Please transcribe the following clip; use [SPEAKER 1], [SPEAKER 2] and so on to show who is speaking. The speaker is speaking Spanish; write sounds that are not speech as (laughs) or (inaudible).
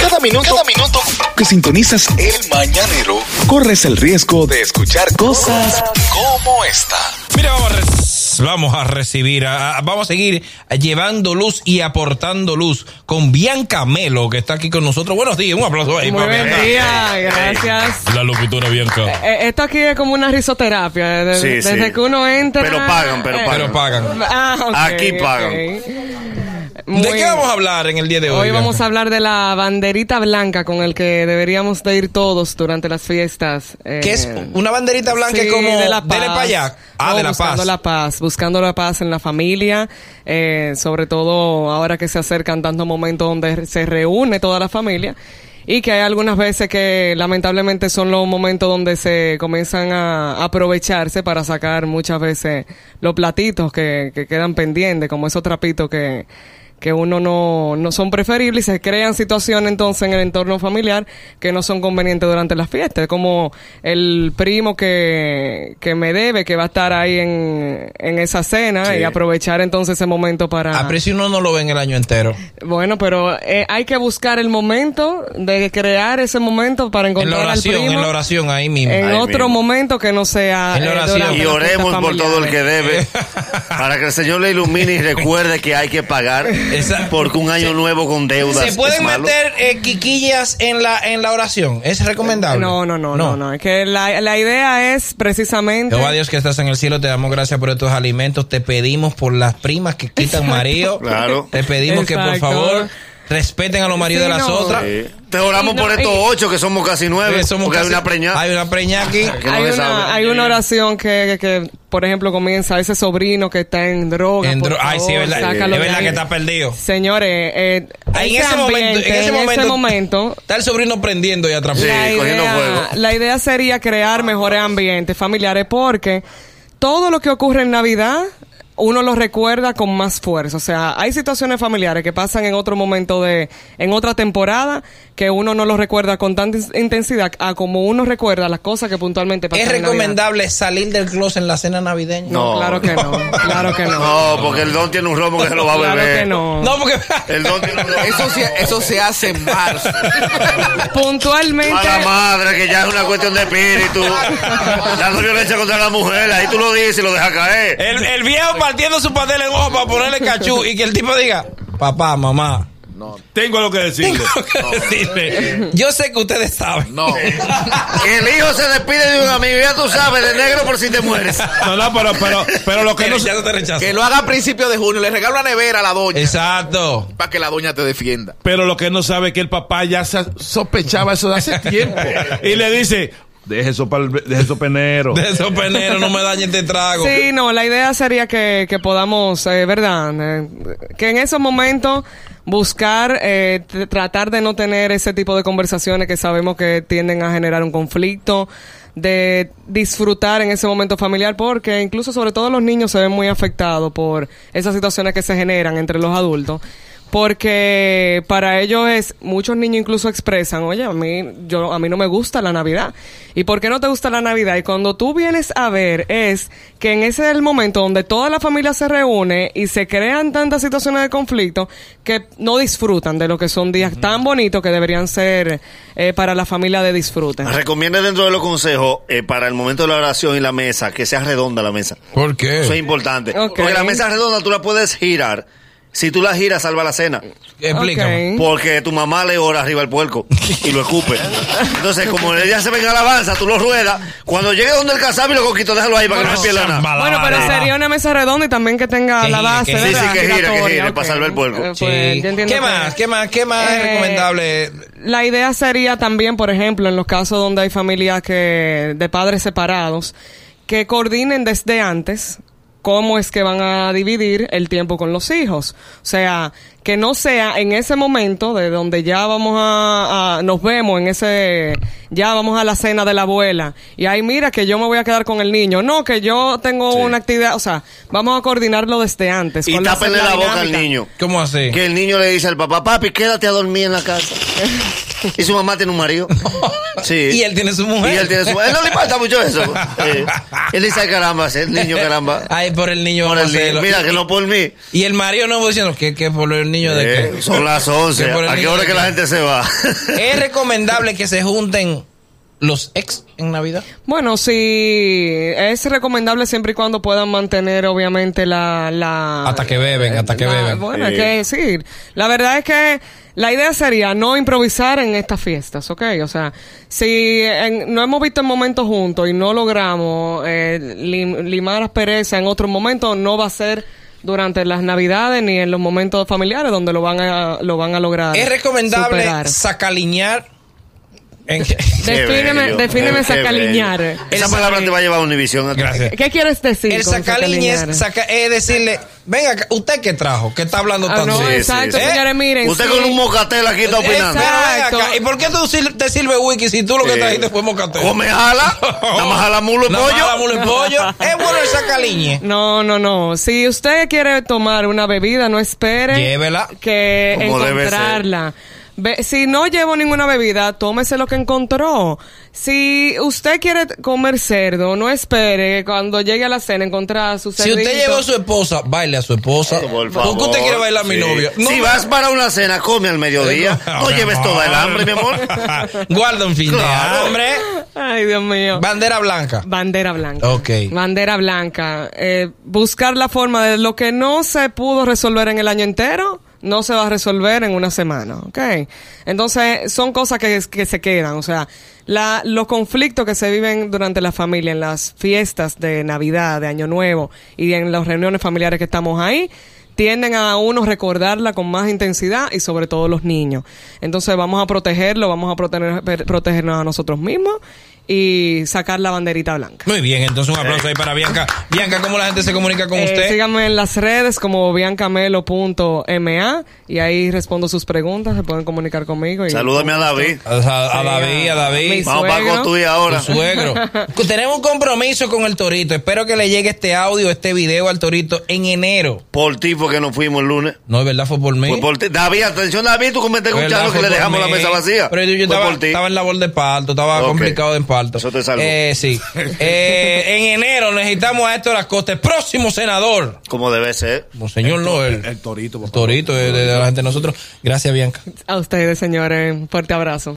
[SPEAKER 1] Cada minuto, cada minuto que sintonizas el mañanero, corres el riesgo de escuchar cosas como esta.
[SPEAKER 2] Mira, vamos a, res- vamos a recibir, a- a- vamos a seguir llevando luz y aportando luz con Bianca Melo, que está aquí con nosotros. Buenos días, un aplauso ahí.
[SPEAKER 3] Muy
[SPEAKER 2] para
[SPEAKER 3] buen
[SPEAKER 2] Bianca.
[SPEAKER 3] día, gracias.
[SPEAKER 2] La locutora Bianca.
[SPEAKER 3] Eh, Esto aquí es como una risoterapia. de-
[SPEAKER 4] Sí, sí.
[SPEAKER 3] Desde que uno entra.
[SPEAKER 4] Pero pagan, pero
[SPEAKER 3] eh,
[SPEAKER 2] Pero pagan.
[SPEAKER 3] Ah, ok,
[SPEAKER 4] Aquí
[SPEAKER 3] ok.
[SPEAKER 4] pagan.
[SPEAKER 3] Muy
[SPEAKER 2] ¿De qué
[SPEAKER 3] bien.
[SPEAKER 2] vamos a hablar en el día de hoy?
[SPEAKER 3] Hoy vamos
[SPEAKER 2] Bianca?
[SPEAKER 3] a hablar de la banderita blanca con el que deberíamos de ir todos durante las fiestas. eh,
[SPEAKER 2] Que es una banderita blanca
[SPEAKER 3] sí,
[SPEAKER 2] como...
[SPEAKER 3] de la paz.
[SPEAKER 2] Dele para allá. Ah,
[SPEAKER 3] No,
[SPEAKER 2] de la
[SPEAKER 3] buscando
[SPEAKER 2] paz.
[SPEAKER 3] la paz, buscando la paz en la familia, eh, sobre todo ahora que se acercan tantos momentos donde se reúne toda la familia y que hay algunas veces que lamentablemente son los momentos donde se comienzan a aprovecharse para sacar muchas veces los platitos que, que quedan pendientes, como esos trapitos que que uno no, no son preferibles y se crean situaciones entonces en el entorno familiar que no son convenientes durante las fiestas, como el primo que, que me debe, que va a estar ahí en, en esa cena y aprovechar entonces ese momento para...
[SPEAKER 2] A precio uno no lo ven el año entero.
[SPEAKER 3] Bueno, pero eh, hay que buscar el momento de crear ese momento para
[SPEAKER 2] En
[SPEAKER 3] encontrar
[SPEAKER 2] la
[SPEAKER 3] al
[SPEAKER 2] oración,
[SPEAKER 3] primo Eh,
[SPEAKER 2] en la oración, ahí mismo.
[SPEAKER 3] en
[SPEAKER 4] Ahí
[SPEAKER 3] otro
[SPEAKER 4] mismo.
[SPEAKER 3] momento que no sea
[SPEAKER 2] En la
[SPEAKER 3] eh,
[SPEAKER 2] oración.
[SPEAKER 3] durante
[SPEAKER 4] Y
[SPEAKER 3] las
[SPEAKER 4] oremos
[SPEAKER 3] fiestas
[SPEAKER 4] por todo
[SPEAKER 2] ¿eh?
[SPEAKER 4] el que
[SPEAKER 3] familiares.
[SPEAKER 2] (laughs)
[SPEAKER 4] debe, para que el Señor le ilumine y recuerde que hay que pagar,
[SPEAKER 2] Exacto.
[SPEAKER 4] porque un año nuevo con
[SPEAKER 2] (laughs)
[SPEAKER 4] deudas
[SPEAKER 2] ¿Se
[SPEAKER 4] es
[SPEAKER 2] pueden
[SPEAKER 4] malo.
[SPEAKER 2] meter eh, quiquillas en la, en la oración? ¿Es recomendable?
[SPEAKER 3] No, no, no, no, no. Es que la, la idea es precisamente...
[SPEAKER 2] Jehová Dios que estás en el cielo, te damos gracias por estos alimentos. Te pedimos por las primas que quitan marido.
[SPEAKER 4] Claro.
[SPEAKER 2] Te pedimos que por
[SPEAKER 3] Exacto.
[SPEAKER 2] favor respeten a los maridos
[SPEAKER 3] Sí,
[SPEAKER 2] de las
[SPEAKER 3] no.
[SPEAKER 2] otras.
[SPEAKER 4] Sí. Te oramos
[SPEAKER 3] Y no,
[SPEAKER 4] por estos
[SPEAKER 3] y-
[SPEAKER 4] ocho, que somos casi nueve,
[SPEAKER 2] Eh, somos
[SPEAKER 4] porque
[SPEAKER 2] casi-
[SPEAKER 4] hay una preñada.
[SPEAKER 2] Hay una preña aquí.
[SPEAKER 4] que no
[SPEAKER 3] hay,
[SPEAKER 4] se
[SPEAKER 3] una,
[SPEAKER 4] sabe.
[SPEAKER 3] hay
[SPEAKER 2] Eh.
[SPEAKER 3] una oración que, que, por ejemplo, comienza ese sobrino que está en droga.
[SPEAKER 2] En
[SPEAKER 3] por
[SPEAKER 2] dro- Ay,
[SPEAKER 3] favor,
[SPEAKER 2] sí, es verdad. Es
[SPEAKER 3] sácalo de
[SPEAKER 2] verdad
[SPEAKER 3] ahí.
[SPEAKER 2] que está perdido.
[SPEAKER 3] Señores, eh,
[SPEAKER 2] Ahí en,
[SPEAKER 3] ese
[SPEAKER 2] ese momento, en
[SPEAKER 3] ambiente,
[SPEAKER 2] ese momento,
[SPEAKER 3] momento,
[SPEAKER 2] Está el sobrino prendiendo y atrapando.
[SPEAKER 4] Sí,
[SPEAKER 3] la,
[SPEAKER 4] cogiendo
[SPEAKER 3] idea,
[SPEAKER 4] fuego.
[SPEAKER 3] la idea sería crear mejores ambientes familiares porque todo lo que ocurre en Navidad uno lo recuerda con más fuerza. O sea, hay situaciones familiares que pasan en otro momento de, en otra temporada, que uno no lo recuerda con tanta in- intensidad a como uno recuerda las cosas que puntualmente pasan.
[SPEAKER 2] ¿Es
[SPEAKER 3] en Navidad.
[SPEAKER 2] recomendable salir del closet en la cena navideña?
[SPEAKER 3] No,
[SPEAKER 4] No.
[SPEAKER 3] claro que no. Claro que no.
[SPEAKER 4] (laughs) No, porque el don tiene un romo que se lo va a beber.
[SPEAKER 3] claro que no.
[SPEAKER 2] No, porque...
[SPEAKER 4] El don tiene un romo.
[SPEAKER 5] Eso se, eso se hace en
[SPEAKER 2] (laughs)
[SPEAKER 5] marzo.
[SPEAKER 4] A
[SPEAKER 3] (laughs) Puntualmente.
[SPEAKER 4] la madre, que ya es una cuestión de espíritu. Dando violencia contra la mujer, ahí tú lo dices y lo dejas caer.
[SPEAKER 2] El, el viejo partiendo su pastel en hoja para ponerle cachú y que el tipo diga, papá, (laughs) mamá,
[SPEAKER 6] Tengo algo que decirle.
[SPEAKER 2] decirle, yo sé que ustedes saben.
[SPEAKER 5] No.
[SPEAKER 4] (laughs) Que el hijo se despide de un amigo, ya tú sabes, de negro por si te mueres.
[SPEAKER 6] No, no, pero, pero, pero lo que
[SPEAKER 2] Que
[SPEAKER 6] no
[SPEAKER 2] Eh, ya no te rechazan.
[SPEAKER 5] Que lo haga a principios de junio. Le regalo una nevera a la doña.
[SPEAKER 3] Eh.
[SPEAKER 2] Exacto.
[SPEAKER 5] Para que la doña te defienda.
[SPEAKER 6] pero lo que no sabe es que el papá ya se- sospechaba eso de hace
[SPEAKER 2] (laughs)
[SPEAKER 6] tiempo. Y le dice, deje eso para deje eso penero.
[SPEAKER 2] De esos peneros, no me dañen este trago.
[SPEAKER 3] Sí, no, la idea sería que, que podamos, eh, ¿verdad? Eh, que en esos momentos buscar, eh, tr- tratar de no tener ese tipo de conversaciones que sabemos que tienden a generar un conflicto, de disfrutar en ese momento familiar, porque incluso sobre todo los niños se ven muy afectados por esas situaciones que se generan entre los adultos. Porque para ellos es, muchos niños incluso expresan, oye, a mí, yo, a mí no me gusta la Navidad. ¿Y por qué no te gusta la Navidad? Y cuando tú vienes a ver es que en ese es el momento donde toda la familia se reúne y se crean tantas situaciones de conflicto que no disfrutan de lo que son días tan bonitos que deberían ser eh, para la familia de disfrute.
[SPEAKER 4] Recomienda dentro de los consejos eh, para el momento de la oración y la mesa, que sea redonda la mesa.
[SPEAKER 2] ¿Por
[SPEAKER 4] Eso es
[SPEAKER 2] qué?
[SPEAKER 4] importante.
[SPEAKER 3] Eh. Ok.
[SPEAKER 4] Porque la mesa redonda tú la puedes girar. Si tú la giras, salva la cena.
[SPEAKER 2] Explícame.
[SPEAKER 3] Ok.
[SPEAKER 4] Porque tu mamá le ora arriba al puerco y lo escupe. Entonces, como ella se venga alabanza, tú lo ruedas. Cuando llegue donde el casabe y lo coquito, déjalo ahí para que no se pierda nada.
[SPEAKER 3] Bueno, pero
[SPEAKER 2] Malabares.
[SPEAKER 3] sería una mesa redonda y también que tenga
[SPEAKER 2] Que
[SPEAKER 3] la
[SPEAKER 2] gire, que gire.
[SPEAKER 3] base, ¿verdad?
[SPEAKER 4] Sí, sí, que gire, que
[SPEAKER 3] Giratoria,
[SPEAKER 4] gire,
[SPEAKER 3] ok.
[SPEAKER 4] para salvar el puerco.
[SPEAKER 3] Eh, pues,
[SPEAKER 2] Sí.
[SPEAKER 3] yo entiendo
[SPEAKER 2] ¿Qué
[SPEAKER 3] que-
[SPEAKER 2] más? ¿Qué más? ¿Qué más es
[SPEAKER 3] Eh,
[SPEAKER 2] recomendable?
[SPEAKER 3] La idea sería también, por ejemplo, en los casos donde hay familias que de padres separados, que coordinen desde antes cómo es que van a dividir el tiempo con los hijos. O sea, que no sea en ese momento de donde ya vamos a, a- nos vemos en ese, ya vamos a la cena de la abuela y ahí mira que yo me voy a quedar con el niño. No, que yo tengo una actividad, o sea, vamos a coordinarlo desde antes.
[SPEAKER 4] Y
[SPEAKER 3] ¿Cuál va a
[SPEAKER 4] tápenle
[SPEAKER 3] ser
[SPEAKER 4] la boca al
[SPEAKER 3] dinámica?
[SPEAKER 4] niño.
[SPEAKER 2] ¿Cómo así? (laughs)
[SPEAKER 3] (laughs)
[SPEAKER 4] Que el niño le dice al papá, papi, quédate a dormir en la casa. Y su mamá tiene un marido. Sí.
[SPEAKER 2] Y él tiene su mujer.
[SPEAKER 4] Y él tiene su. A él no le importa mucho eso.
[SPEAKER 2] (laughs)
[SPEAKER 4] Sí. Él dice, "Ay, caramba, es el niño, caramba.
[SPEAKER 2] Ay, por el niño.
[SPEAKER 4] Por el
[SPEAKER 2] vamos a
[SPEAKER 4] niño.
[SPEAKER 2] hacerlo.
[SPEAKER 4] Mira, que no por mí.
[SPEAKER 2] Y el marido no va diciendo que, que por el niño de
[SPEAKER 4] Eh, son las 11.
[SPEAKER 2] Que por el
[SPEAKER 4] ¿A qué
[SPEAKER 2] niño
[SPEAKER 4] hora
[SPEAKER 2] de
[SPEAKER 4] que la
[SPEAKER 2] qué?
[SPEAKER 4] gente se va?
[SPEAKER 3] Eh,
[SPEAKER 2] qué. ¿Es recomendable que se junten los ex en Navidad?
[SPEAKER 3] Bueno, sí, es recomendable siempre y cuando puedan mantener, obviamente, la... la
[SPEAKER 2] Hasta que beben, hasta que
[SPEAKER 3] la-
[SPEAKER 2] beben.
[SPEAKER 3] Ah, Bueno, es que decir, la verdad es que la idea sería no improvisar en estas fiestas, ¿ok? O sea, si en- no hemos visto el momento juntos y no logramos eh, lim- limar aspereza en otro momento, no va a ser durante las navidades ni en los momentos familiares donde lo van a, lo van a lograr.
[SPEAKER 2] ¿Es recomendable
[SPEAKER 3] superar.
[SPEAKER 2] sacaliñar?
[SPEAKER 3] (laughs)
[SPEAKER 2] En...
[SPEAKER 3] Defíneme,
[SPEAKER 4] Qué bello,
[SPEAKER 3] defíneme
[SPEAKER 4] qué
[SPEAKER 3] sacaliñar.
[SPEAKER 4] bello.
[SPEAKER 2] El
[SPEAKER 4] Esa palabra
[SPEAKER 2] sacaliñar.
[SPEAKER 4] te va a llevar a Univisión. a ti.
[SPEAKER 2] Gracias.
[SPEAKER 3] ¿Qué quieres decir?
[SPEAKER 2] El
[SPEAKER 3] con
[SPEAKER 2] sacaliñar
[SPEAKER 3] sacaliñar?
[SPEAKER 2] es, es decirle, venga, acá, ¿usted qué trajo? ¿Qué está hablando
[SPEAKER 3] Ah,
[SPEAKER 2] tan
[SPEAKER 3] no,
[SPEAKER 2] serio?
[SPEAKER 4] Sí,
[SPEAKER 3] exacto,
[SPEAKER 4] sí, sí.
[SPEAKER 3] señores, miren.
[SPEAKER 4] Usted
[SPEAKER 3] sí.
[SPEAKER 4] con un mocatel aquí está opinando.
[SPEAKER 2] Pero ven acá,
[SPEAKER 3] Exacto.
[SPEAKER 2] ¿Y por qué tú sil- te sirve wiki si tú lo que
[SPEAKER 4] Sí.
[SPEAKER 2] trajiste fue mocate?
[SPEAKER 4] Come
[SPEAKER 2] (laughs)
[SPEAKER 4] jala, nada más jala mulo y
[SPEAKER 2] Nada más
[SPEAKER 4] pollo.
[SPEAKER 2] jala mulo y
[SPEAKER 4] (laughs)
[SPEAKER 2] pollo. Es bueno el sacaliñe.
[SPEAKER 3] No, no, no. Si usted quiere tomar una bebida, no espere
[SPEAKER 2] Llévela.
[SPEAKER 3] que
[SPEAKER 4] Como debe
[SPEAKER 3] encontrarla. Ve- si no llevo ninguna bebida, tómese lo que encontró. Si usted quiere t- comer cerdo, no espere que cuando llegue a la cena encontrar su
[SPEAKER 2] Si
[SPEAKER 3] cerdito.
[SPEAKER 2] usted llevó a su esposa, baile a su esposa.
[SPEAKER 4] Por
[SPEAKER 2] ¿Por
[SPEAKER 4] favor.
[SPEAKER 2] qué usted quiere bailar a mi
[SPEAKER 4] Sí.
[SPEAKER 2] novia?
[SPEAKER 4] si
[SPEAKER 2] me-
[SPEAKER 4] vas para una cena, come
[SPEAKER 2] (laughs)
[SPEAKER 4] al mediodía. No
[SPEAKER 2] mi
[SPEAKER 4] lleves
[SPEAKER 2] amor.
[SPEAKER 4] toda el hambre, mi amor.
[SPEAKER 2] (laughs) Guarda un fin
[SPEAKER 4] Claro.
[SPEAKER 2] de hambre.
[SPEAKER 3] Ay, Dios mío.
[SPEAKER 2] Bandera blanca.
[SPEAKER 3] Bandera blanca.
[SPEAKER 2] Ok.
[SPEAKER 3] Bandera blanca. Eh, buscar la forma de lo que no se pudo resolver en el año entero, no se va a resolver en una semana. Ok. Entonces, son cosas que, que se quedan. O sea, la, los conflictos que se viven durante la familia, en las fiestas de Navidad, de Año Nuevo y en las reuniones familiares que estamos ahí, tienden a uno recordarla con más intensidad y sobre todo los niños. Entonces vamos a protegerlo, vamos a proteger- per- protegernos a nosotros mismos y sacar la banderita blanca.
[SPEAKER 2] Muy bien, entonces un aplauso ahí para Bianca. Bianca, ¿cómo la gente se comunica con
[SPEAKER 3] Eh,
[SPEAKER 2] usted?
[SPEAKER 3] síganme en las redes como biancamelo.ma y ahí respondo sus preguntas, se pueden comunicar conmigo. Y
[SPEAKER 4] Salúdame a David.
[SPEAKER 2] A, a- a David, a
[SPEAKER 3] Mis-
[SPEAKER 2] David.
[SPEAKER 4] Vamos para
[SPEAKER 3] Suegro.
[SPEAKER 4] Cotuí ahora.
[SPEAKER 2] Tu suegro. Tenemos un compromiso con el Torito. Espero que le llegue este audio, este video al Torito en enero.
[SPEAKER 4] Por ti, porque nos fuimos el lunes.
[SPEAKER 2] No, es verdad, fue por mí.
[SPEAKER 4] Fue por ti. David, atención, David, tú cometiste un
[SPEAKER 2] ¿Verdad?
[SPEAKER 4] charro que
[SPEAKER 2] Fue
[SPEAKER 4] le
[SPEAKER 2] por
[SPEAKER 4] dejamos la
[SPEAKER 2] mí.
[SPEAKER 4] mesa vacía.
[SPEAKER 2] Pero yo, yo
[SPEAKER 4] Fue
[SPEAKER 2] estaba,
[SPEAKER 4] por ti.
[SPEAKER 2] estaba en labor de parto, estaba
[SPEAKER 4] Ok.
[SPEAKER 2] complicado en parto.
[SPEAKER 4] Eso te salvó.
[SPEAKER 2] Eh,
[SPEAKER 4] (laughs)
[SPEAKER 2] sí. Eh, en enero necesitamos a Héctor Acosta, el próximo senador.
[SPEAKER 4] Como debe ser.
[SPEAKER 2] Monseñor Noel.
[SPEAKER 6] El torito, por
[SPEAKER 2] El Torito de, de- de la gente de nosotros. Gracias, Bianca.
[SPEAKER 3] A ustedes, señores, fuerte abrazo.